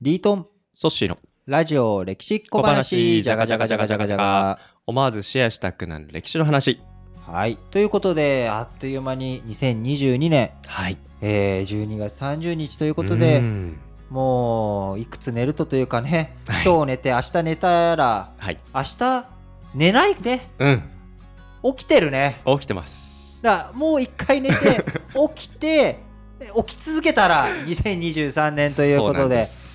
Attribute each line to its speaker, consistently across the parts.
Speaker 1: リートン
Speaker 2: ソッシーの
Speaker 1: ラジオ歴史小話じゃがじゃがじゃがじゃがじゃが
Speaker 2: 思わずシェアしたくなる歴史の話
Speaker 1: はいということであっという間に2022年、
Speaker 2: はい
Speaker 1: えー、12月30日という
Speaker 2: と
Speaker 1: ことでもういくつ寝るとというかね
Speaker 2: はい
Speaker 1: 今日寝て明日寝たら
Speaker 2: はい
Speaker 1: 明日寝ないね
Speaker 2: うん
Speaker 1: 起きてるね
Speaker 2: 起きてます
Speaker 1: だからもう一回寝 て起きて起き続けたら2023年というこ
Speaker 2: そ
Speaker 1: と
Speaker 2: なん
Speaker 1: です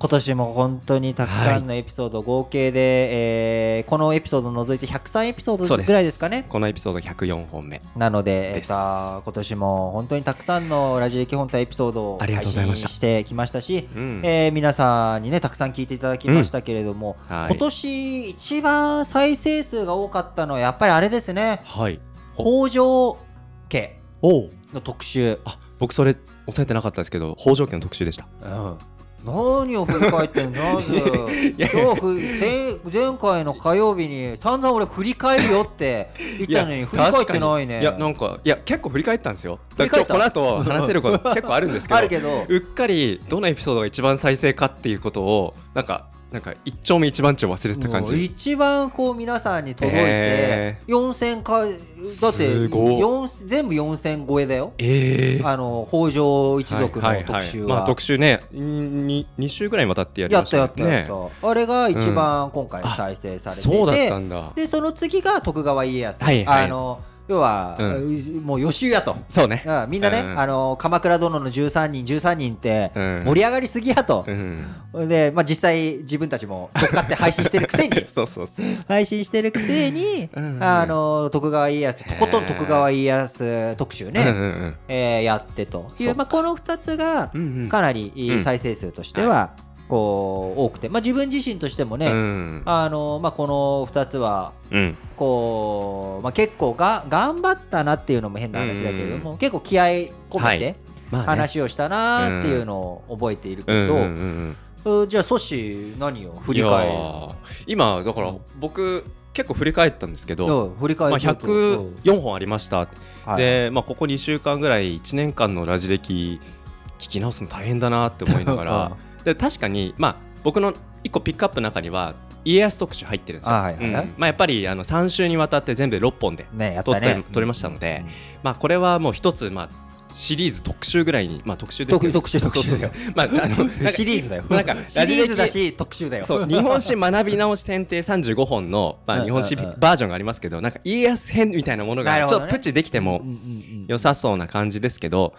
Speaker 1: 今年も本当にたくさんのエピソード、合計で、えーこのエピソードを除いて103エピソー
Speaker 2: そ
Speaker 1: ド
Speaker 2: うです
Speaker 1: ぐらいですかね
Speaker 2: このエピソード104本目
Speaker 1: なので、え
Speaker 2: で
Speaker 1: っ
Speaker 2: す
Speaker 1: と、今年も本当にたくさんのラジ歴本体エピソードを
Speaker 2: ありが
Speaker 1: 配
Speaker 2: とうござい
Speaker 1: 信
Speaker 2: ました
Speaker 1: してきましたし
Speaker 2: うん
Speaker 1: えー皆さんにねたくさん聞いていただきましたけれども、
Speaker 2: はい
Speaker 1: 今年一番再生数が多かったのはやっぱりあれですね
Speaker 2: はい
Speaker 1: 北条家
Speaker 2: おう
Speaker 1: の特集、
Speaker 2: あ僕それ押さえてなかったですけど北条家の特集でした
Speaker 1: うん、何を振り返ってんのまず
Speaker 2: いや
Speaker 1: 今日ふ前前回の火曜日に散々俺振り返るよって言ったのに振り返ってないね
Speaker 2: いやなんかいや結構振り返ったんですよ
Speaker 1: 振り返った
Speaker 2: だから今日この後話せること結構ある んですけど
Speaker 1: あるけど
Speaker 2: うっかりどのエピソードが一番再生かっていうことをなんかなんか一丁目一番丁忘れてた感
Speaker 1: もう
Speaker 2: じ
Speaker 1: 一番こう皆さんに届いて
Speaker 2: え
Speaker 1: 4000回だって
Speaker 2: すごい
Speaker 1: 4全部4000超えだよ
Speaker 2: ええ
Speaker 1: あの北条一族の特集
Speaker 2: まあ
Speaker 1: は
Speaker 2: 特集ね2週ぐらいにわたってやり
Speaker 1: や
Speaker 2: ま
Speaker 1: っ
Speaker 2: したた
Speaker 1: や
Speaker 2: ね
Speaker 1: ったやった
Speaker 2: ね
Speaker 1: あれが一番今回再生されていて
Speaker 2: そうだったんだ
Speaker 1: でその次が徳川家康、
Speaker 2: はいはい
Speaker 1: あの要は、
Speaker 2: う
Speaker 1: もう予習やと。
Speaker 2: そうね
Speaker 1: あみんなね、
Speaker 2: うん
Speaker 1: あの鎌倉殿の13人13人って
Speaker 2: うん
Speaker 1: 盛り上がりすぎやと
Speaker 2: う、ん
Speaker 1: で、まあ、実際自分たちも乗っかって配信してるくせ に
Speaker 2: そうそうそう
Speaker 1: 配信してるくせに
Speaker 2: うんうん
Speaker 1: あの徳川家康とことん徳川家康特集ね、
Speaker 2: うんうん
Speaker 1: えーやってとい
Speaker 2: そうう
Speaker 1: まあ、この2つが
Speaker 2: うんうん
Speaker 1: かなりいい
Speaker 2: うん
Speaker 1: 再生数としてはこう多くて、まあ、自分自身としてもね、
Speaker 2: うん
Speaker 1: あのまあ、この2つは
Speaker 2: うん
Speaker 1: こう、まあ、結構が頑張ったなっていうのも変な話だけれども、結構気合込めて
Speaker 2: まあね
Speaker 1: 話をしたなっていうのを覚えている
Speaker 2: うん
Speaker 1: けど、
Speaker 2: うんうんうん
Speaker 1: うんじゃあソッシー何を振
Speaker 2: い
Speaker 1: り
Speaker 2: や
Speaker 1: 返
Speaker 2: ー今だから僕結構振り返ったんですけ
Speaker 1: る
Speaker 2: ど
Speaker 1: うん振り返
Speaker 2: まあ
Speaker 1: ると
Speaker 2: 104本ありましたって
Speaker 1: はい
Speaker 2: で、まあ、ここ2週間ぐらい1年間のラジ歴聞き直すの大変だなって思いなが らで確かに、まあ、僕の1個ピックアップの中には家康特集入ってるんですよ。
Speaker 1: あはいはいはい
Speaker 2: うんまあ、やっぱりあの3週にわたって全部6本で
Speaker 1: ねやっ
Speaker 2: 撮
Speaker 1: た
Speaker 2: って、
Speaker 1: ね
Speaker 2: 撮りましたので、まあ、これはもう一つ、まあ、シリーズ特集ぐらいに、まあ、特集ですけ
Speaker 1: 特
Speaker 2: ど
Speaker 1: 特集特集
Speaker 2: そうそうそうまああのなん か
Speaker 1: シリーズだよ
Speaker 2: なんか
Speaker 1: シリーズだし特集だよ
Speaker 2: そう日本史学び直し選定35本の、ま
Speaker 1: うん
Speaker 2: あ、日本史
Speaker 1: うんうん
Speaker 2: バージョンがありますけどなんか家康編みたいなもの
Speaker 1: なるほ
Speaker 2: が
Speaker 1: ど
Speaker 2: ちょ
Speaker 1: ね
Speaker 2: っとプチできても
Speaker 1: うんうんうん
Speaker 2: 良さそうな感じですけど、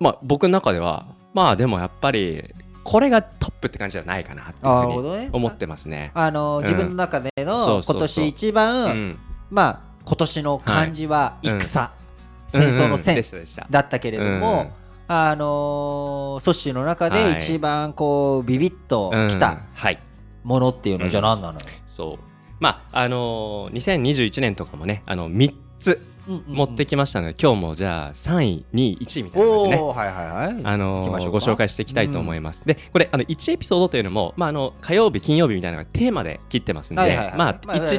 Speaker 2: まあ、僕の中ではまあでもやっぱりこれがトップって感じじゃないかなってい
Speaker 1: あーなる
Speaker 2: う
Speaker 1: ほ
Speaker 2: ふうに
Speaker 1: どね
Speaker 2: 思ってますね。
Speaker 1: あの自分の中での
Speaker 2: うんそうそうそう
Speaker 1: 今年一
Speaker 2: う
Speaker 1: 番
Speaker 2: ん、
Speaker 1: まあ今年の漢字は
Speaker 2: はいうん
Speaker 1: 戦戦争の
Speaker 2: うんうんで
Speaker 1: 戦
Speaker 2: したでした。
Speaker 1: だったけれどもあのー組織の中
Speaker 2: は
Speaker 1: で
Speaker 2: い
Speaker 1: 一番こうビビッと
Speaker 2: うん
Speaker 1: き
Speaker 2: うん
Speaker 1: た
Speaker 2: はい
Speaker 1: ものっていうのはじゃあ何なのよ
Speaker 2: そうまああのー、2021年とかもねあの3つ持って
Speaker 1: き
Speaker 2: きましたので、今日もじゃあ3位2位1位みたいな感じ
Speaker 1: お
Speaker 2: ね。
Speaker 1: おーはいはいはい
Speaker 2: あの
Speaker 1: 行きましょうか
Speaker 2: ご紹介していきたいと思います。でこれあの1エピソードというのも、まあ、あの火曜日金曜日みたいなのがテーマで切ってますんで、
Speaker 1: はいはいはい
Speaker 2: まあ、一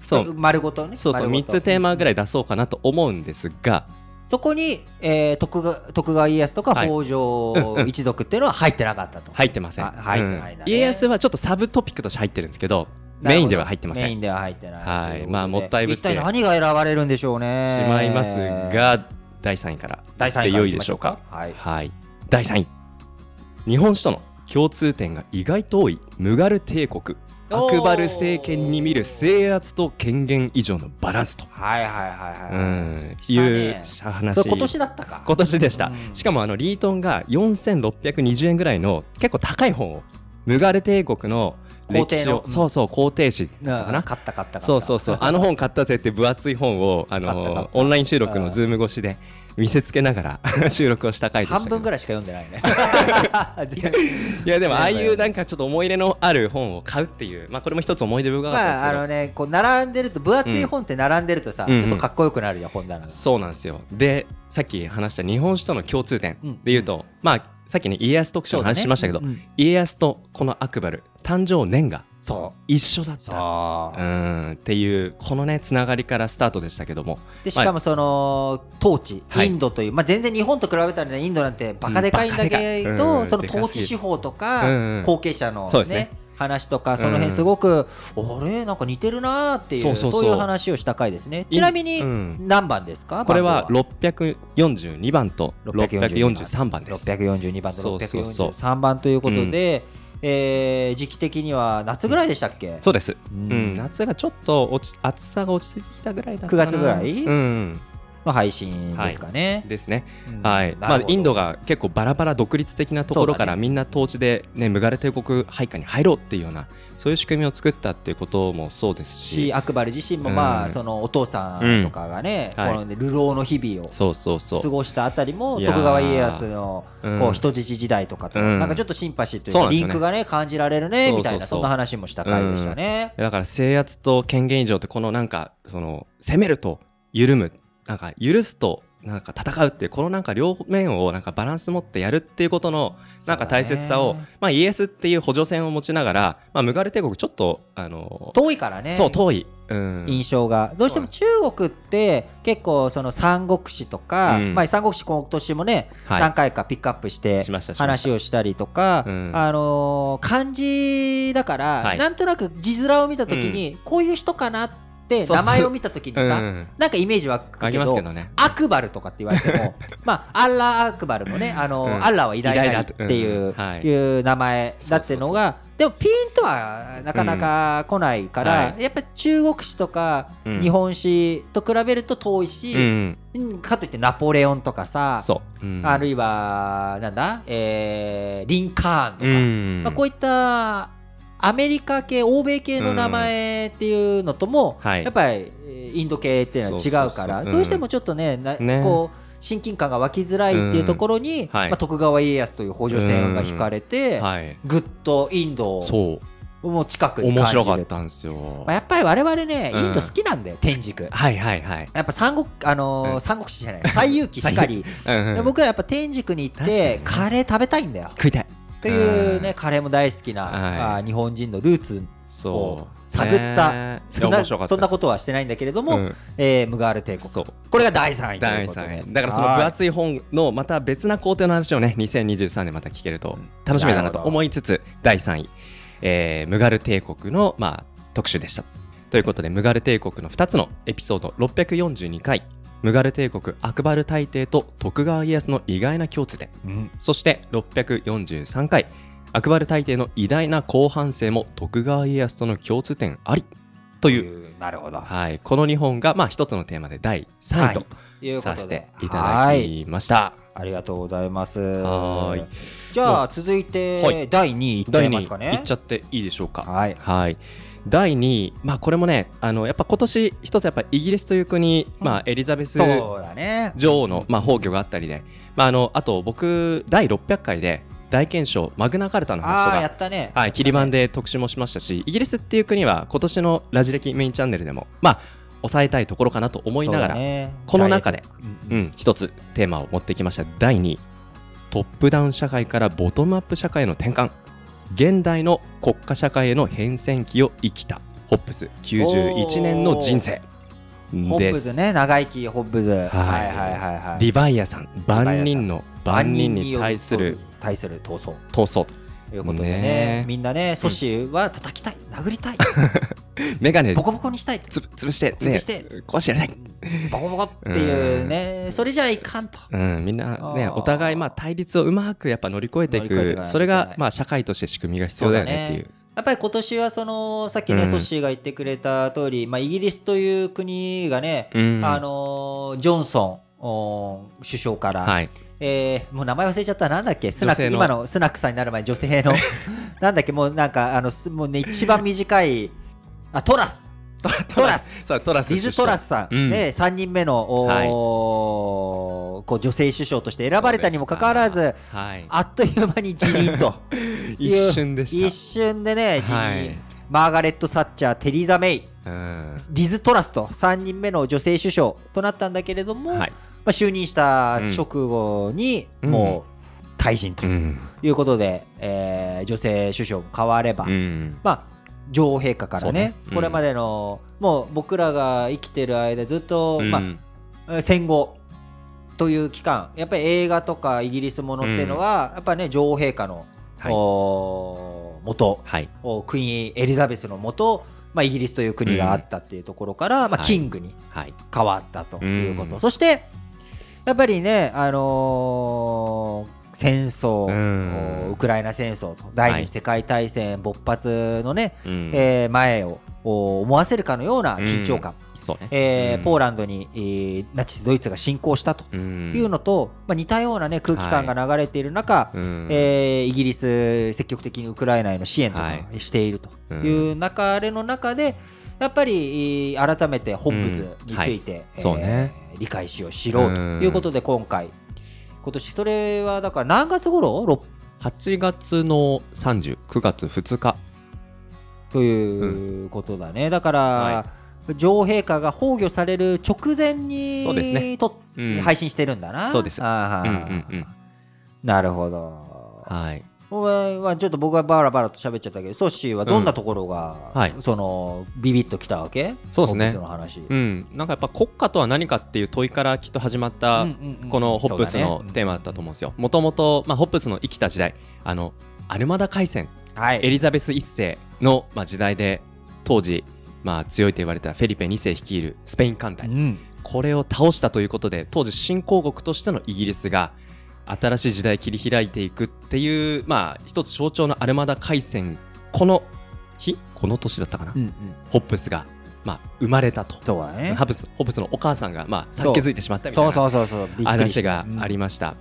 Speaker 2: そ
Speaker 1: そう
Speaker 2: う
Speaker 1: 丸ごとね
Speaker 2: そうそう
Speaker 1: 丸ご
Speaker 2: 3
Speaker 1: と
Speaker 2: つテーマぐらい出そうかなと思うんですが、
Speaker 1: そこに、えー、徳川徳川家康とか
Speaker 2: はい
Speaker 1: 北 条一族っていうのは入ってなかったと、
Speaker 2: 入ってません。
Speaker 1: あ入ってないんだね
Speaker 2: うん家康はちょっとサブトピックとして入ってるんですけど、
Speaker 1: なる
Speaker 2: メ
Speaker 1: ほど
Speaker 2: インでは入ってませ
Speaker 1: メイ
Speaker 2: ん。
Speaker 1: ンでは入ってない
Speaker 2: はい
Speaker 1: とうことで
Speaker 2: まあもったいぶっ
Speaker 1: 一
Speaker 2: て
Speaker 1: 体何が選ばれるんでしょうね
Speaker 2: しまいますが、第3位から
Speaker 1: 第3位
Speaker 2: で
Speaker 1: から
Speaker 2: 良
Speaker 1: いき
Speaker 2: いで
Speaker 1: ま
Speaker 2: しょうか。
Speaker 1: はい
Speaker 2: はい、第3位日本史との共通点が意外と多いムガル帝国アクバル政権に見る制圧と権限以上のバランスと。
Speaker 1: はいはいはいうはい、
Speaker 2: ん、
Speaker 1: した
Speaker 2: い
Speaker 1: ね
Speaker 2: う話
Speaker 1: それ今年だったか
Speaker 2: 今年でした、
Speaker 1: うん
Speaker 2: しかもあのリートンが4620円ぐらいの結構高い本をムガル帝国の歴史
Speaker 1: 皇帝の
Speaker 2: を
Speaker 1: うん
Speaker 2: そうそう皇帝史だったか
Speaker 1: うん
Speaker 2: な
Speaker 1: 買った買った買った
Speaker 2: そうそ うそうあの本買ったぜって分厚い本を
Speaker 1: 買
Speaker 2: あ
Speaker 1: った買っ
Speaker 2: の
Speaker 1: た
Speaker 2: オンライン収録のズーム越しで見せつけながら 収録をした回でした
Speaker 1: 半
Speaker 2: けど
Speaker 1: 分ぐらいしか読んでないね
Speaker 2: いやでもああ
Speaker 1: 全
Speaker 2: い
Speaker 1: 部
Speaker 2: うなんかちょっと思い入れのある本を買うっていうまあこれも一つ思い出深かったんで す
Speaker 1: まああ
Speaker 2: けど、
Speaker 1: のねこう並んでると分厚い本って並んでるとさ、
Speaker 2: うん
Speaker 1: ちょっとかっこよくなるじゃん本棚が
Speaker 2: そうなんですよでさっき話した日本史との共通点
Speaker 1: うん
Speaker 2: でいうと、まあさっきね家康特集の話しましたけど、
Speaker 1: うん
Speaker 2: 家康とこのアクバル誕生年が
Speaker 1: そ
Speaker 2: 一緒だっ
Speaker 1: う
Speaker 2: た
Speaker 1: そうう、
Speaker 2: んっていうこのねつながりからスタートでしたけども
Speaker 1: でしかもその統治、
Speaker 2: はい
Speaker 1: インドという、まあ、全然日本と比べたら、ね、インドなんてバカでかいんだけ
Speaker 2: うんバカでか
Speaker 1: ど、
Speaker 2: いうん
Speaker 1: その
Speaker 2: でかすぎる
Speaker 1: 統治手法と
Speaker 2: うん
Speaker 1: か
Speaker 2: うん
Speaker 1: 後継者の、
Speaker 2: そう
Speaker 1: ね
Speaker 2: ですね
Speaker 1: 話とかその辺すごく、あれなんか似てるなーっていう
Speaker 2: そ
Speaker 1: そうう
Speaker 2: そうそう
Speaker 1: いう話をした回ですねちなみに
Speaker 2: うん
Speaker 1: 何番ですか、
Speaker 2: これは
Speaker 1: バンド
Speaker 2: 642番と643番です
Speaker 1: 642番と
Speaker 2: そうそうそう
Speaker 1: 643番ということで、えー時期的には夏ぐらいでしたっけ、
Speaker 2: そうです、
Speaker 1: う
Speaker 2: うんん夏がちょっと落ち暑さが落ち着いてきたぐらいだった
Speaker 1: 9月ぐらい
Speaker 2: うんうん、
Speaker 1: の配信ですかね。
Speaker 2: ですね
Speaker 1: うん
Speaker 2: はい、
Speaker 1: な
Speaker 2: まあ
Speaker 1: るほど
Speaker 2: インドが結構バラバラ独立的なところ
Speaker 1: そ
Speaker 2: から
Speaker 1: うだね
Speaker 2: みんな統治でねムガル帝国配下に入ろうっていうようなそういう仕組みを作ったっていうこともそうです
Speaker 1: し
Speaker 2: し、
Speaker 1: アクバル自身もまあ、
Speaker 2: うん
Speaker 1: そのお父さんとかがね、
Speaker 2: うんはい
Speaker 1: この流浪の日々を
Speaker 2: そうそうそ
Speaker 1: 過
Speaker 2: う。
Speaker 1: ごしたあたりも
Speaker 2: いやー
Speaker 1: 徳川家康の
Speaker 2: うん
Speaker 1: こう人質時代とかと、
Speaker 2: うん
Speaker 1: なんかちょっとシンパシーという
Speaker 2: そう
Speaker 1: か
Speaker 2: なんです
Speaker 1: リ
Speaker 2: よ
Speaker 1: ン
Speaker 2: ね
Speaker 1: クがね感じられるねみたいな
Speaker 2: そ
Speaker 1: そう
Speaker 2: そうそうん
Speaker 1: な話もした回でしたね。
Speaker 2: だから制圧と権限以上ってこのなんかその攻めると緩むなんか許すとなんか戦うっていうこのなんか両面をなんかバランス持ってやるっていうことのなんか大切さを、
Speaker 1: そうだね
Speaker 2: まあイエスっていう補助線を持ちながら、まあ、ムガル帝国ちょっとあの
Speaker 1: 遠いからね
Speaker 2: そう遠い、うん、
Speaker 1: 印象がどうしても中国って結構その三国志とか、
Speaker 2: うん
Speaker 1: まあ、三国志今年もね、
Speaker 2: はい
Speaker 1: 何回かピックアップして
Speaker 2: しましたしました
Speaker 1: 話をしたりとか、
Speaker 2: うん
Speaker 1: あのー漢字だから、
Speaker 2: はい
Speaker 1: なんとなく字面を見た時に、こういう人かなって
Speaker 2: そうそう
Speaker 1: 名前を見た時にさ、
Speaker 2: うん
Speaker 1: なんかイメージ湧く
Speaker 2: あ
Speaker 1: け
Speaker 2: ります
Speaker 1: ど
Speaker 2: けどね
Speaker 1: アクバルとかって言われて もまあアッラーアクバルもねあの、
Speaker 2: うん
Speaker 1: アッラーは偉大
Speaker 2: 偉
Speaker 1: だ
Speaker 2: 大
Speaker 1: っ
Speaker 2: だ
Speaker 1: ていう,、
Speaker 2: うんはい
Speaker 1: いう名前だってのがでもピンとはなかなか来ないから、
Speaker 2: うん
Speaker 1: やっぱり中国史とか
Speaker 2: うん
Speaker 1: 日本史と比べると遠いし、
Speaker 2: ん、
Speaker 1: うんかといってナポレオンとかさ、
Speaker 2: そう、うん
Speaker 1: あるいはなんだ、えーリンカーンとか、
Speaker 2: うん
Speaker 1: まあ、こういったアメリカ系欧米系の名前っていうのとも、
Speaker 2: はい
Speaker 1: やっぱりえーインド系っていうのは違うから
Speaker 2: そうそうそううん
Speaker 1: どうしてもちょっとねな
Speaker 2: ね
Speaker 1: こう親近感が湧きづらいっていうところに、
Speaker 2: んはい
Speaker 1: まあ、徳川家康という北条線が引かれて、
Speaker 2: はい、
Speaker 1: ぐっとインド
Speaker 2: そう
Speaker 1: をもう近くに
Speaker 2: 面
Speaker 1: 感じる
Speaker 2: 白かったんですよ
Speaker 1: まあ、やっぱり我々ね
Speaker 2: うん
Speaker 1: インド好きなんだよ、天竺。
Speaker 2: はいはいはい、
Speaker 1: やっぱ三国,、あのー
Speaker 2: うん
Speaker 1: 三国志じゃない西遊記し かり
Speaker 2: うんうん
Speaker 1: 僕らやっぱ天竺に行っ
Speaker 2: 確かに
Speaker 1: て
Speaker 2: ね
Speaker 1: カレー食べたいんだよ。
Speaker 2: 食いたい
Speaker 1: という
Speaker 2: う
Speaker 1: ね
Speaker 2: ん
Speaker 1: カレーも大好きな、
Speaker 2: はい
Speaker 1: あー日本人のルーツ
Speaker 2: そう
Speaker 1: 探った
Speaker 2: ねい
Speaker 1: そ
Speaker 2: や
Speaker 1: ん
Speaker 2: 面
Speaker 1: な
Speaker 2: 白かった
Speaker 1: そんなことはしてないんだけれども、
Speaker 2: うん
Speaker 1: えームガール帝国
Speaker 2: そう
Speaker 1: これが第3位とい
Speaker 2: 第
Speaker 1: うことで
Speaker 2: 3位だからその分厚い本のまた別な工程の話をね2023年また聞けると楽しみだなと思いつつ第3位、えームガル帝国の、まあ、特集でしたということでムガル帝国の2つのエピソード642回ムガル帝国アクバル大帝と徳川家康の意外な共通点
Speaker 1: はいうん
Speaker 2: そして643回アクバル大帝の偉大な後半生も徳川家康との共通点ありと
Speaker 1: と
Speaker 2: いう、
Speaker 1: いうなるほど
Speaker 2: はい、この2本がまあ一つのテーマで第3位と
Speaker 1: いうこ
Speaker 2: さ
Speaker 1: と
Speaker 2: せ
Speaker 1: で
Speaker 2: ていた
Speaker 1: は
Speaker 2: だ
Speaker 1: い
Speaker 2: きました。
Speaker 1: ありがとうございます
Speaker 2: はーい
Speaker 1: じゃあ続いて、
Speaker 2: はい
Speaker 1: 第2位いっちゃ
Speaker 2: 第
Speaker 1: い
Speaker 2: 2
Speaker 1: ますかね
Speaker 2: 位いっちゃっていいでしょうか。
Speaker 1: はい
Speaker 2: はい。第2位、まあこれもね、あのやっぱ今年一つやっぱイギリスという国、まあエリザベス
Speaker 1: そうだね
Speaker 2: 女王のまあ崩御があったりで、まああのあと僕第600回で大憲章マグナカルタの話と
Speaker 1: ああーや
Speaker 2: か。
Speaker 1: ったね
Speaker 2: はい、切り版で特集もしましたしイギリスっていう国は今年のラジレキメインチャンネルでもまあ抑えたいところかなと思いながら、
Speaker 1: そうだね
Speaker 2: この中で
Speaker 1: ダイエットうん
Speaker 2: うん、一つテーマを持ってきました第2位トップダウン社会からボトムアップ社会への転換現代の国家社会への変遷期を生きたホップス91年の人生
Speaker 1: うんホッ
Speaker 2: で
Speaker 1: ブ
Speaker 2: す、
Speaker 1: ズね長生きホッブズはいはいはいはい
Speaker 2: リヴァイアさん万人の万人に対する
Speaker 1: 対する闘争
Speaker 2: 闘争
Speaker 1: ということでね
Speaker 2: ねえ
Speaker 1: みんなね阻止は叩きたい殴りたい
Speaker 2: メガネ
Speaker 1: ボコボコにしたい
Speaker 2: つぶ潰して、ね、
Speaker 1: 潰して
Speaker 2: 壊してやりたい、
Speaker 1: ボコボコっていうねそれじゃいかんと
Speaker 2: うん、みんなね
Speaker 1: あー
Speaker 2: お互いまあ対立をうまくやっぱ乗り越えてい
Speaker 1: 乗り越えていか
Speaker 2: く
Speaker 1: ないと
Speaker 2: それ
Speaker 1: いけ
Speaker 2: が
Speaker 1: ない
Speaker 2: まあ社会として仕組みが必要だよねってい
Speaker 1: そう
Speaker 2: う
Speaker 1: だやっぱり今年はそのさっきね、
Speaker 2: うん
Speaker 1: ソッシーが言ってくれた通り、まあイギリスという国がね、
Speaker 2: うん
Speaker 1: あのージョンソンおー首相から、
Speaker 2: はい
Speaker 1: えーもう名前忘れちゃったなんだっけスナック
Speaker 2: 女性の
Speaker 1: 今のスナックさんになる前女性 のなんだっけもうなんかあのすもうね一番短いあトラス
Speaker 2: ト
Speaker 1: ラス
Speaker 2: そうトラス
Speaker 1: リズ・トラスさん、
Speaker 2: うん
Speaker 1: で3人目の、おーこう女性首相として選ばれたにもかかわらず
Speaker 2: はい、
Speaker 1: あっという間に辞任という
Speaker 2: 一瞬 でした
Speaker 1: 一瞬でね辞任、
Speaker 2: はい
Speaker 1: マーガレット・サッチャーテリーザ・メイ
Speaker 2: うん
Speaker 1: リズ・トラスと3人目の女性首相となったんだけれども、
Speaker 2: はい
Speaker 1: まあ、就任した直後に、
Speaker 2: うん
Speaker 1: もう退陣と
Speaker 2: うん
Speaker 1: いうことで、えー女性首相も変われば、
Speaker 2: うん
Speaker 1: まあ女王陛下か
Speaker 2: そ
Speaker 1: ら
Speaker 2: う
Speaker 1: ね
Speaker 2: ねうん
Speaker 1: これまでのもう僕らが生きてる間ずっと、
Speaker 2: うん
Speaker 1: まあえー戦後という期間やっぱり映画とかイギリスものっていうのは、やっぱね女王陛下の、
Speaker 2: はい
Speaker 1: おー元
Speaker 2: はい
Speaker 1: おクイーンエリザベスの元、まあ、イギリスという国があったっていうところから、まあ、
Speaker 2: はい
Speaker 1: キングに
Speaker 2: はい
Speaker 1: 変わったということ、
Speaker 2: うん
Speaker 1: そしてやっぱりね、あのー戦争、
Speaker 2: うん
Speaker 1: おウクライナ戦争と第二次世界大戦勃発のね、
Speaker 2: うん
Speaker 1: えー前をお思わせるかのような緊張感、
Speaker 2: そうね
Speaker 1: えー
Speaker 2: うん
Speaker 1: ポーランドに、えーナチス・ドイツが侵攻したと
Speaker 2: うん
Speaker 1: いうのと、まあ、似たような、ね、空気感が流れている中、
Speaker 2: うん
Speaker 1: えーイギリス、積極的にウクライナへの支援と
Speaker 2: は
Speaker 1: か
Speaker 2: い
Speaker 1: しているという流れの中で、やっぱりえー改めて本物について、
Speaker 2: うんそうね
Speaker 1: えー理解しよう、知ろうということで、今回、今年それはだから何月頃ろ
Speaker 2: 8月の39月2日
Speaker 1: ということだね。だから、
Speaker 2: は
Speaker 1: 女王陛下が崩御される直前に
Speaker 2: そうですね
Speaker 1: と
Speaker 2: うん
Speaker 1: 配信してるんだな。
Speaker 2: そうです
Speaker 1: あーはー
Speaker 2: うんうんうん
Speaker 1: なるほど。
Speaker 2: はい
Speaker 1: お前はちょっと僕はバラバラと喋っちゃったけど、ソッシーはどんなところが、
Speaker 2: うんはい
Speaker 1: そのビビッときたわけ
Speaker 2: そうですね
Speaker 1: ホップスの話。
Speaker 2: うんなんかやっぱ国家とは何かっていう問いからきっと始まった、このホップスのテーマだったと思うんですよ。もともと、まあ、ホップスの生きた時代、あのアルマダ海戦、
Speaker 1: うん。はい。
Speaker 2: エリザベス1世の、まあ、時代で、当時、まあ、強いと言われたフェリペ2世率いるスペイン艦隊、
Speaker 1: うん
Speaker 2: これを倒したということで、当時、新興国としてのイギリスが、新しい時代切り開いていくっていう、まあ、一つ象徴のアルマダ海戦、この日、この年だったかな、
Speaker 1: うんうん。
Speaker 2: ホップスが、まあ、生まれたと。
Speaker 1: そうだね
Speaker 2: ホ。ップスホップスのお母さんが、まあ、
Speaker 1: そう
Speaker 2: 産気づいてしまったみたい
Speaker 1: そ
Speaker 2: な
Speaker 1: うそうそうそう。びっくりした
Speaker 2: 話があり
Speaker 1: うん
Speaker 2: ました、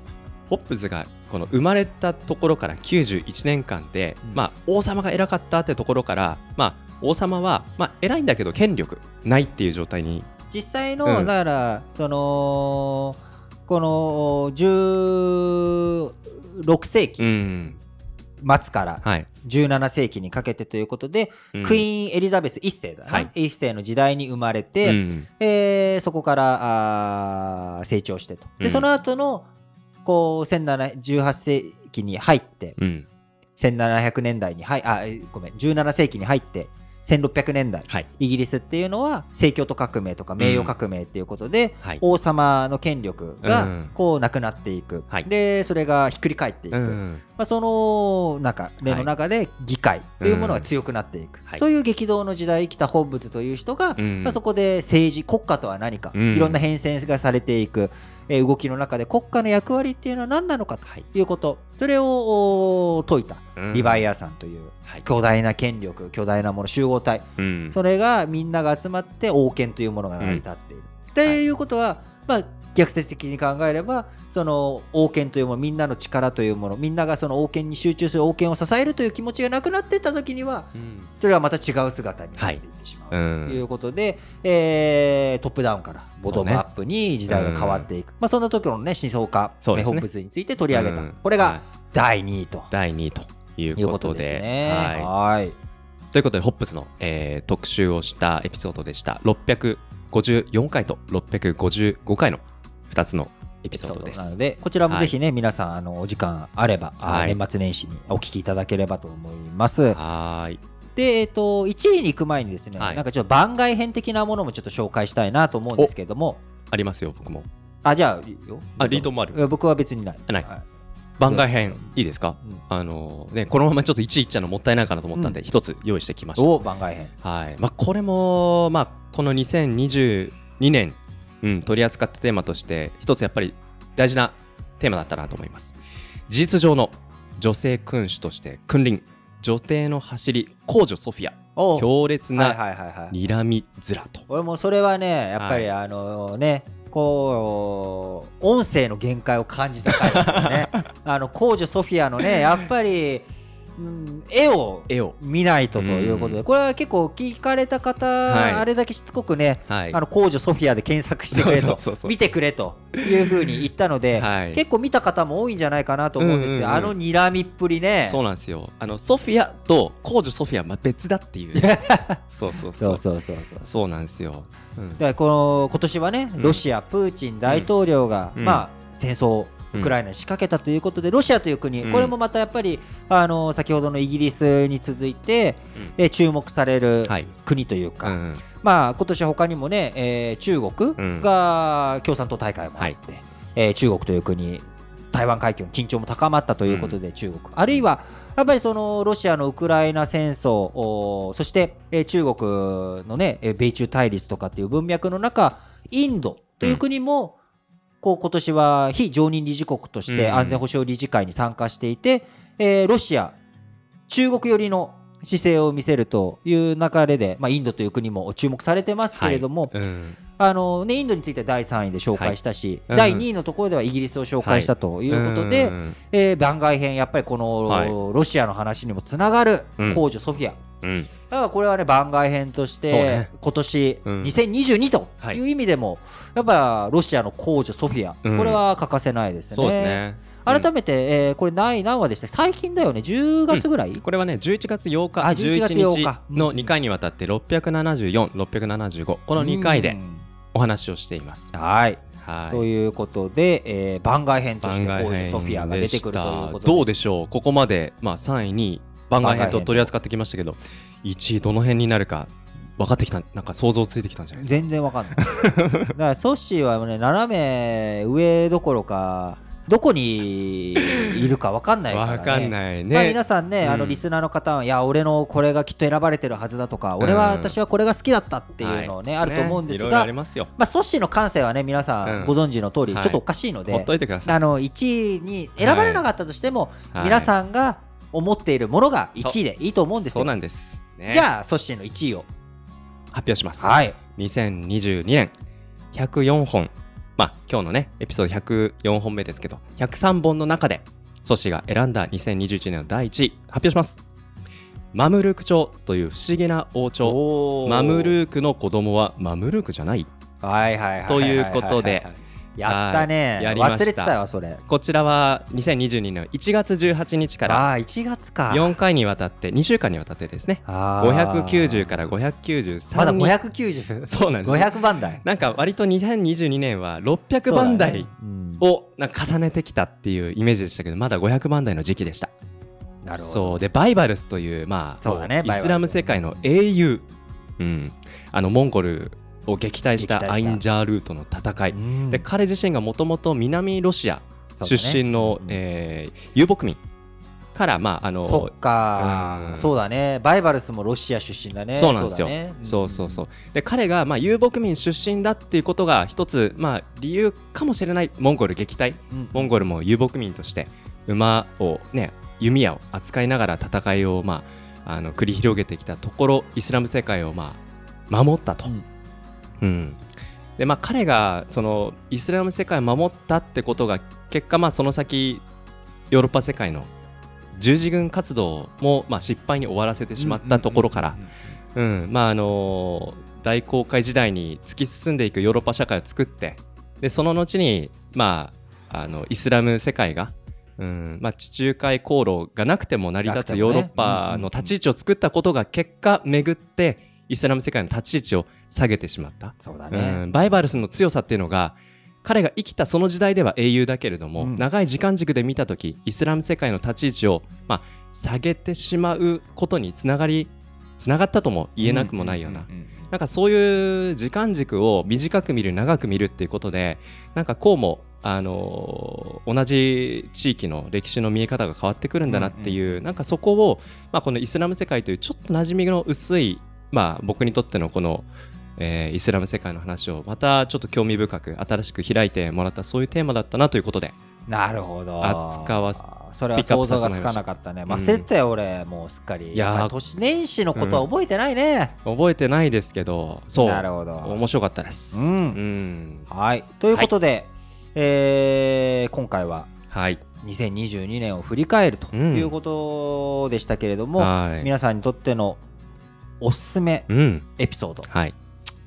Speaker 2: ホップズがこの生まれたところから91年間で、
Speaker 1: うん
Speaker 2: まあ、王様が偉かったってところから、まあ、王様は、まあ、偉いんだけど権力ないっていう状態に
Speaker 1: 実際の、
Speaker 2: うん
Speaker 1: だからそのこの16世
Speaker 2: う
Speaker 1: 紀
Speaker 2: ん
Speaker 1: 末から
Speaker 2: はい、
Speaker 1: 17世紀にかけてということで、
Speaker 2: うん
Speaker 1: クイーンエリザベス1世だな、
Speaker 2: はい
Speaker 1: 1世の時代に生まれて、
Speaker 2: うん
Speaker 1: えーそこからあー成長してとで、
Speaker 2: うん
Speaker 1: その後のこう1718世紀に入って
Speaker 2: うん
Speaker 1: 1700年代にはいあえーごめん17世紀に入って1600年代
Speaker 2: はい
Speaker 1: イギリスっていうのは政教と革命とか名誉革命っていうことで、
Speaker 2: はい
Speaker 1: 王様の権力
Speaker 2: う
Speaker 1: が
Speaker 2: ん
Speaker 1: こうなくなっていく、
Speaker 2: はい
Speaker 1: でそれがひっくり返っていく、
Speaker 2: うん
Speaker 1: まあ、その中例の中で議会というものが強くなっていく、
Speaker 2: はい
Speaker 1: そういう激動の時代生きた本物という人が、
Speaker 2: うん
Speaker 1: まあ、そこで政治国家とは何か、
Speaker 2: うん
Speaker 1: いろんな変遷がされていく、えー動きの中で国家の役割っていうのは何なのかと
Speaker 2: はい
Speaker 1: いうことそれをお解いた
Speaker 2: うん
Speaker 1: リヴァイアさんという
Speaker 2: はい
Speaker 1: 巨大な権力巨大なもの集合体
Speaker 2: うん
Speaker 1: それがみんなが集まって王権というものが成り立っている。っていうことは、まあ逆説的に考えればその王権というものみんなの力というものみんながその王権に集中する王権を支えるという気持ちがなくなっていった時には
Speaker 2: うん
Speaker 1: それはまた違う姿になっていってしまう。
Speaker 2: う
Speaker 1: とい
Speaker 2: ん
Speaker 1: うことで、えートップダウンからボトムアップに時代が変わっていく、まあ、そんな時の、ね、思想家、
Speaker 2: そう
Speaker 1: メ
Speaker 2: です
Speaker 1: ホ
Speaker 2: ね
Speaker 1: ップスについて取り上げた、
Speaker 2: うん
Speaker 1: これ
Speaker 2: はい
Speaker 1: が第2位と
Speaker 2: 第2位とい
Speaker 1: いう
Speaker 2: う
Speaker 1: こ
Speaker 2: こととで
Speaker 1: ですね。
Speaker 2: はい
Speaker 1: はい
Speaker 2: ということで、ホップスの、えー特集をしたエピソードでした。654回と655回の2つのエピソードで
Speaker 1: なの
Speaker 2: す。
Speaker 1: でこちらもぜひね、皆さんあのお時間あれば、あ
Speaker 2: はい
Speaker 1: 年末年始にお聞きいただければと思います
Speaker 2: はーい。
Speaker 1: でえっ、と1位に行く前にですね、
Speaker 2: はい
Speaker 1: なんかちょっと番外編的なものもちょっと紹介したいなと思うんですけれども
Speaker 2: ありますよ、僕も。
Speaker 1: あじゃあいいよ
Speaker 2: あリートもある
Speaker 1: いや僕は別にない
Speaker 2: あない
Speaker 1: はい
Speaker 2: 番外編、いいですか
Speaker 1: うん
Speaker 2: あのーね、このままちょっと1位いっちゃうのもったいないかなと思ったんで、一つ用意してきました。
Speaker 1: お番外編
Speaker 2: はい。まあ、これも、まあ、この2022年、うん、取り扱ったテーマとして、一つやっぱり大事なテーマだったなと思います。事実上の女性君主として君臨、女帝の走り、公女ソフィア、
Speaker 1: お
Speaker 2: 強烈
Speaker 1: はい
Speaker 2: な
Speaker 1: はいはいはい
Speaker 2: 睨み面と。
Speaker 1: 俺もそれはねやっぱり、あのねこう音声の限界を感じた回だから ねあの公女ソフィアのねやっぱり、うん、絵を
Speaker 2: 絵を。
Speaker 1: 見ないとということで、
Speaker 2: うん
Speaker 1: これは結構聞かれた方、
Speaker 2: はい
Speaker 1: あれだけしつこくね、
Speaker 2: はい。
Speaker 1: あの公女ソフィアで検索してくれと
Speaker 2: そうそうそうそう
Speaker 1: 見てくれというふうに言ったので、
Speaker 2: はい
Speaker 1: 結構見た方も多いんじゃないかなと思うんですけど、
Speaker 2: うんうんうん
Speaker 1: あの睨みっぷりね
Speaker 2: そうなんですよ。あの、ソフィアと公女ソフィアはまあ別だっていう。そうそ うそ
Speaker 1: そうう。そうそうそう
Speaker 2: そうなんですよ。うん
Speaker 1: だからこの今年はね
Speaker 2: うん
Speaker 1: ロシア、プーチン大統領が、
Speaker 2: うん
Speaker 1: まあ、戦争
Speaker 2: うん
Speaker 1: ウクライナに仕掛けたということで、ロシアという国、
Speaker 2: うん
Speaker 1: これもまたやっぱりあの先ほどのイギリスに続いて、えー注目される
Speaker 2: はい
Speaker 1: 国というか、
Speaker 2: うん
Speaker 1: まあ今年は他にもね、えー中
Speaker 2: うん
Speaker 1: 国が共産党大会もあって、えー中国という国台湾海峡の緊張も高まったということで中国、あるいはやっぱりそのロシアのウクライナ戦争おーそして、えー中国のねえー米中対立とかっていう文脈の中インドという国も、こう今年は非常任理事国とし
Speaker 2: う
Speaker 1: て
Speaker 2: ん
Speaker 1: 安全保障理事会に参加していて、えーロシア中国寄りの姿勢を見せるという流れで、まあ、インドという国も注目されてますけれども、
Speaker 2: うん
Speaker 1: あのね、インドについては第3位で紹介したし、
Speaker 2: はいうん
Speaker 1: 第2位のところではイギリスを紹介したということで、
Speaker 2: うん
Speaker 1: えー番外編やっぱりこの、
Speaker 2: はい
Speaker 1: ロシアの話にもつながる
Speaker 2: うん
Speaker 1: 公女ソフィア、
Speaker 2: うん
Speaker 1: だからこれはね番外編とし
Speaker 2: そう
Speaker 1: て
Speaker 2: ね
Speaker 1: 今年
Speaker 2: うん
Speaker 1: 2022という意味でも、やっぱロシアの公女ソフィア、
Speaker 2: うん
Speaker 1: これは欠かせないですね。
Speaker 2: そうですねうん
Speaker 1: 改めて、えーこれ何何話でした最近だよね10月ぐらい、
Speaker 2: これはね11月8日
Speaker 1: あ11月8
Speaker 2: 11
Speaker 1: 日
Speaker 2: 日の2回にわたって674675この2回
Speaker 1: う
Speaker 2: で
Speaker 1: ん
Speaker 2: お話をしています。
Speaker 1: はい、
Speaker 2: はい
Speaker 1: ということで、えー番外編として
Speaker 2: 番外
Speaker 1: 工事
Speaker 2: 編
Speaker 1: ソフィアが出てくるということで
Speaker 2: どうでしょうここまで、まあ、3位に番外編と取り扱ってきましたけど1位どの辺になるか分かってきたなんか想像ついてきたんじゃないです
Speaker 1: 全然わかんないだからソッシーはね斜め上どころかどこにいるかわかんないか
Speaker 2: か
Speaker 1: ら、ね、
Speaker 2: 分かんないね、
Speaker 1: まあ、皆さんね、
Speaker 2: うん
Speaker 1: あのリスナーの方は、いや、俺のこれがきっと選ばれてるはずだとか、俺は、
Speaker 2: うん
Speaker 1: 私はこれが好きだったっていうのをね、
Speaker 2: はい
Speaker 1: あると思うんです
Speaker 2: ねいろいろ
Speaker 1: が、
Speaker 2: ありますよ
Speaker 1: まあ、ソッシーの感性はね、皆さ
Speaker 2: うんん
Speaker 1: ご存知の通り、
Speaker 2: はい
Speaker 1: ちょっとおかしいので、
Speaker 2: ほっといてください
Speaker 1: あの1位に選ばれなかったとしても、
Speaker 2: はい
Speaker 1: 皆さんが思っているものが1位でいいと思うんです
Speaker 2: そう
Speaker 1: よ。
Speaker 2: なんです、ね、
Speaker 1: じゃあ、ソッシーの1位を。
Speaker 2: 発表します、
Speaker 1: はい。
Speaker 2: 2022年104本まあ今日のねエピソード104本目ですけど103本の中でソシが選んだ2021年の第1位発表しますマムルーク朝という不思議な王朝
Speaker 1: おー
Speaker 2: マムルークの子供はマムルークじゃない
Speaker 1: はいはいはいはいはいはい。
Speaker 2: ということで
Speaker 1: やったね
Speaker 2: は。いやりました
Speaker 1: 忘れてたわ、それ。
Speaker 2: こちらは2022年の1月18日から
Speaker 1: ああ、1月か。
Speaker 2: 4回にわたって2週間にわたってですね
Speaker 1: あー
Speaker 2: 590から593人
Speaker 1: まだ590。
Speaker 2: そうなんです
Speaker 1: 500番台。
Speaker 2: なんか割と2022年は600番台、
Speaker 1: を
Speaker 2: をなんか重ねてきたっていうイメージでしたけどまだ500万台の時期でした
Speaker 1: なるほど
Speaker 2: そうでバイバルスという,、まあ
Speaker 1: そうだね
Speaker 2: イスラム世界の英雄、うん、あのモンゴルを撃退
Speaker 1: 撃退
Speaker 2: し
Speaker 1: したた
Speaker 2: アインジャールートの戦い、
Speaker 1: うん
Speaker 2: で彼自身がもともと南ロシア
Speaker 1: そうだね
Speaker 2: 出身の、
Speaker 1: うん
Speaker 2: えー遊牧民から、まああの
Speaker 1: そっか
Speaker 2: うん
Speaker 1: そうだねバイバルスもロシア出身だね
Speaker 2: そうなんですよ
Speaker 1: だね
Speaker 2: そうそうそううで彼がまあ遊牧民出身だっていうことが一つ、まあ、理由かもしれないモンゴル撃退
Speaker 1: ん
Speaker 2: モンゴルも遊牧民として馬をね弓矢を扱いながら戦いを、まあ、あの繰り広げてきたところイスラム世界を、まあ、守ったと。
Speaker 1: うん
Speaker 2: うんでまあ、彼がそのイスラム世界を守ったってことが結果、まあ、その先ヨーロッパ世界の十字軍活動も、まあ、失敗に終わらせてしまったところから、うんまああの大航海時代に突き進んでいくヨーロッパ社会を作ってでその後に、まあ、あのイスラム世界が、うんまあ、地中海航路がなくても成り立つヨーロッパの
Speaker 1: なくてもねうんうんうん
Speaker 2: 立ち位置を作ったことが結果巡ってイスラム世界の立ち位置を下げてしまった、
Speaker 1: そうだ
Speaker 2: う
Speaker 1: ね
Speaker 2: ん、バイバルスの強さっていうのが彼が生きたその時代では英雄だけれども、
Speaker 1: うん
Speaker 2: 長い時間軸で見た時イスラム世界の立ち位置を、まあ、下げてしまうことにつながりつながったとも言えなくもないような、
Speaker 1: んんんん
Speaker 2: なんかそういう時間軸を短く見る長く見るっていうことでなんかこうも、あのー同じ地域の歴史の見え方が変わってくるんだなっていう、なんかそこを、まあ、このイスラム世界というちょっと馴染みの薄い、まあ、僕にとってのこの、えーイスラム世界の話をまたちょっと興味深く新しく開いてもらったそういうテーマだったなということで
Speaker 1: なるほど
Speaker 2: 扱わす
Speaker 1: それは想像がつかなかったね
Speaker 2: ピックアップ
Speaker 1: 忘
Speaker 2: させました
Speaker 1: れてたよ俺もうすっかり
Speaker 2: いやー
Speaker 1: まあ年年始のことは覚えてないね
Speaker 2: 覚えてないですけどそう
Speaker 1: なるほど
Speaker 2: 面白かったです。
Speaker 1: うん
Speaker 2: ん
Speaker 1: はいということでえー今回は
Speaker 2: はい、
Speaker 1: 2022年を振り返るということでしたけれども、
Speaker 2: はい
Speaker 1: 皆さんにとってのおすすめ
Speaker 2: うん
Speaker 1: エピソード、
Speaker 2: はい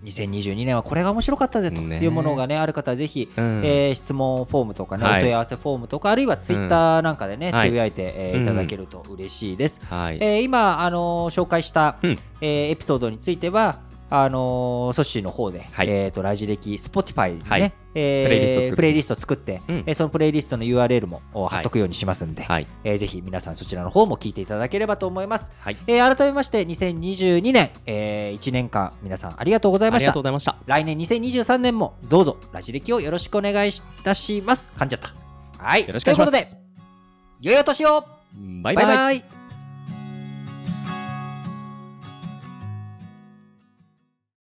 Speaker 1: 2022年はこれが面白かったぜと
Speaker 2: ね
Speaker 1: いうものが、ねある方はぜひ、
Speaker 2: うん
Speaker 1: えー質問フォームとか、ね
Speaker 2: はい
Speaker 1: お問い合わせフォームとかあるいはツイッターなんかでね、
Speaker 2: はい
Speaker 1: つぶやいて、えー
Speaker 2: うん
Speaker 1: いただけると嬉しいです。
Speaker 2: はい
Speaker 1: えー今、あのー紹介した、
Speaker 2: うん
Speaker 1: えーエピソードについてはあのーソッシーの方で、
Speaker 2: はい
Speaker 1: えー、とラジ歴 Spotify にね、
Speaker 2: はい
Speaker 1: えー
Speaker 2: プレイリストを作ってます
Speaker 1: プレイリスト作って、
Speaker 2: うん
Speaker 1: えーそのプレイリストの URL もお
Speaker 2: はい
Speaker 1: 貼っとくようにしますんで、
Speaker 2: はい。
Speaker 1: えーぜひ皆さんそちらの方も聞いていただければと思います、
Speaker 2: はい。
Speaker 1: えー改めまして2022年、え1年間皆さんありがとうござい
Speaker 2: あ
Speaker 1: ま
Speaker 2: り
Speaker 1: し
Speaker 2: が
Speaker 1: た
Speaker 2: とうございました。
Speaker 1: 来年2023年もどうぞラジ歴をよろしくお願いいたします噛んじゃったはい
Speaker 2: よろしくお願いしま
Speaker 1: と
Speaker 2: す
Speaker 1: いうことで良いお年を
Speaker 2: バイバイ。
Speaker 1: バイバイ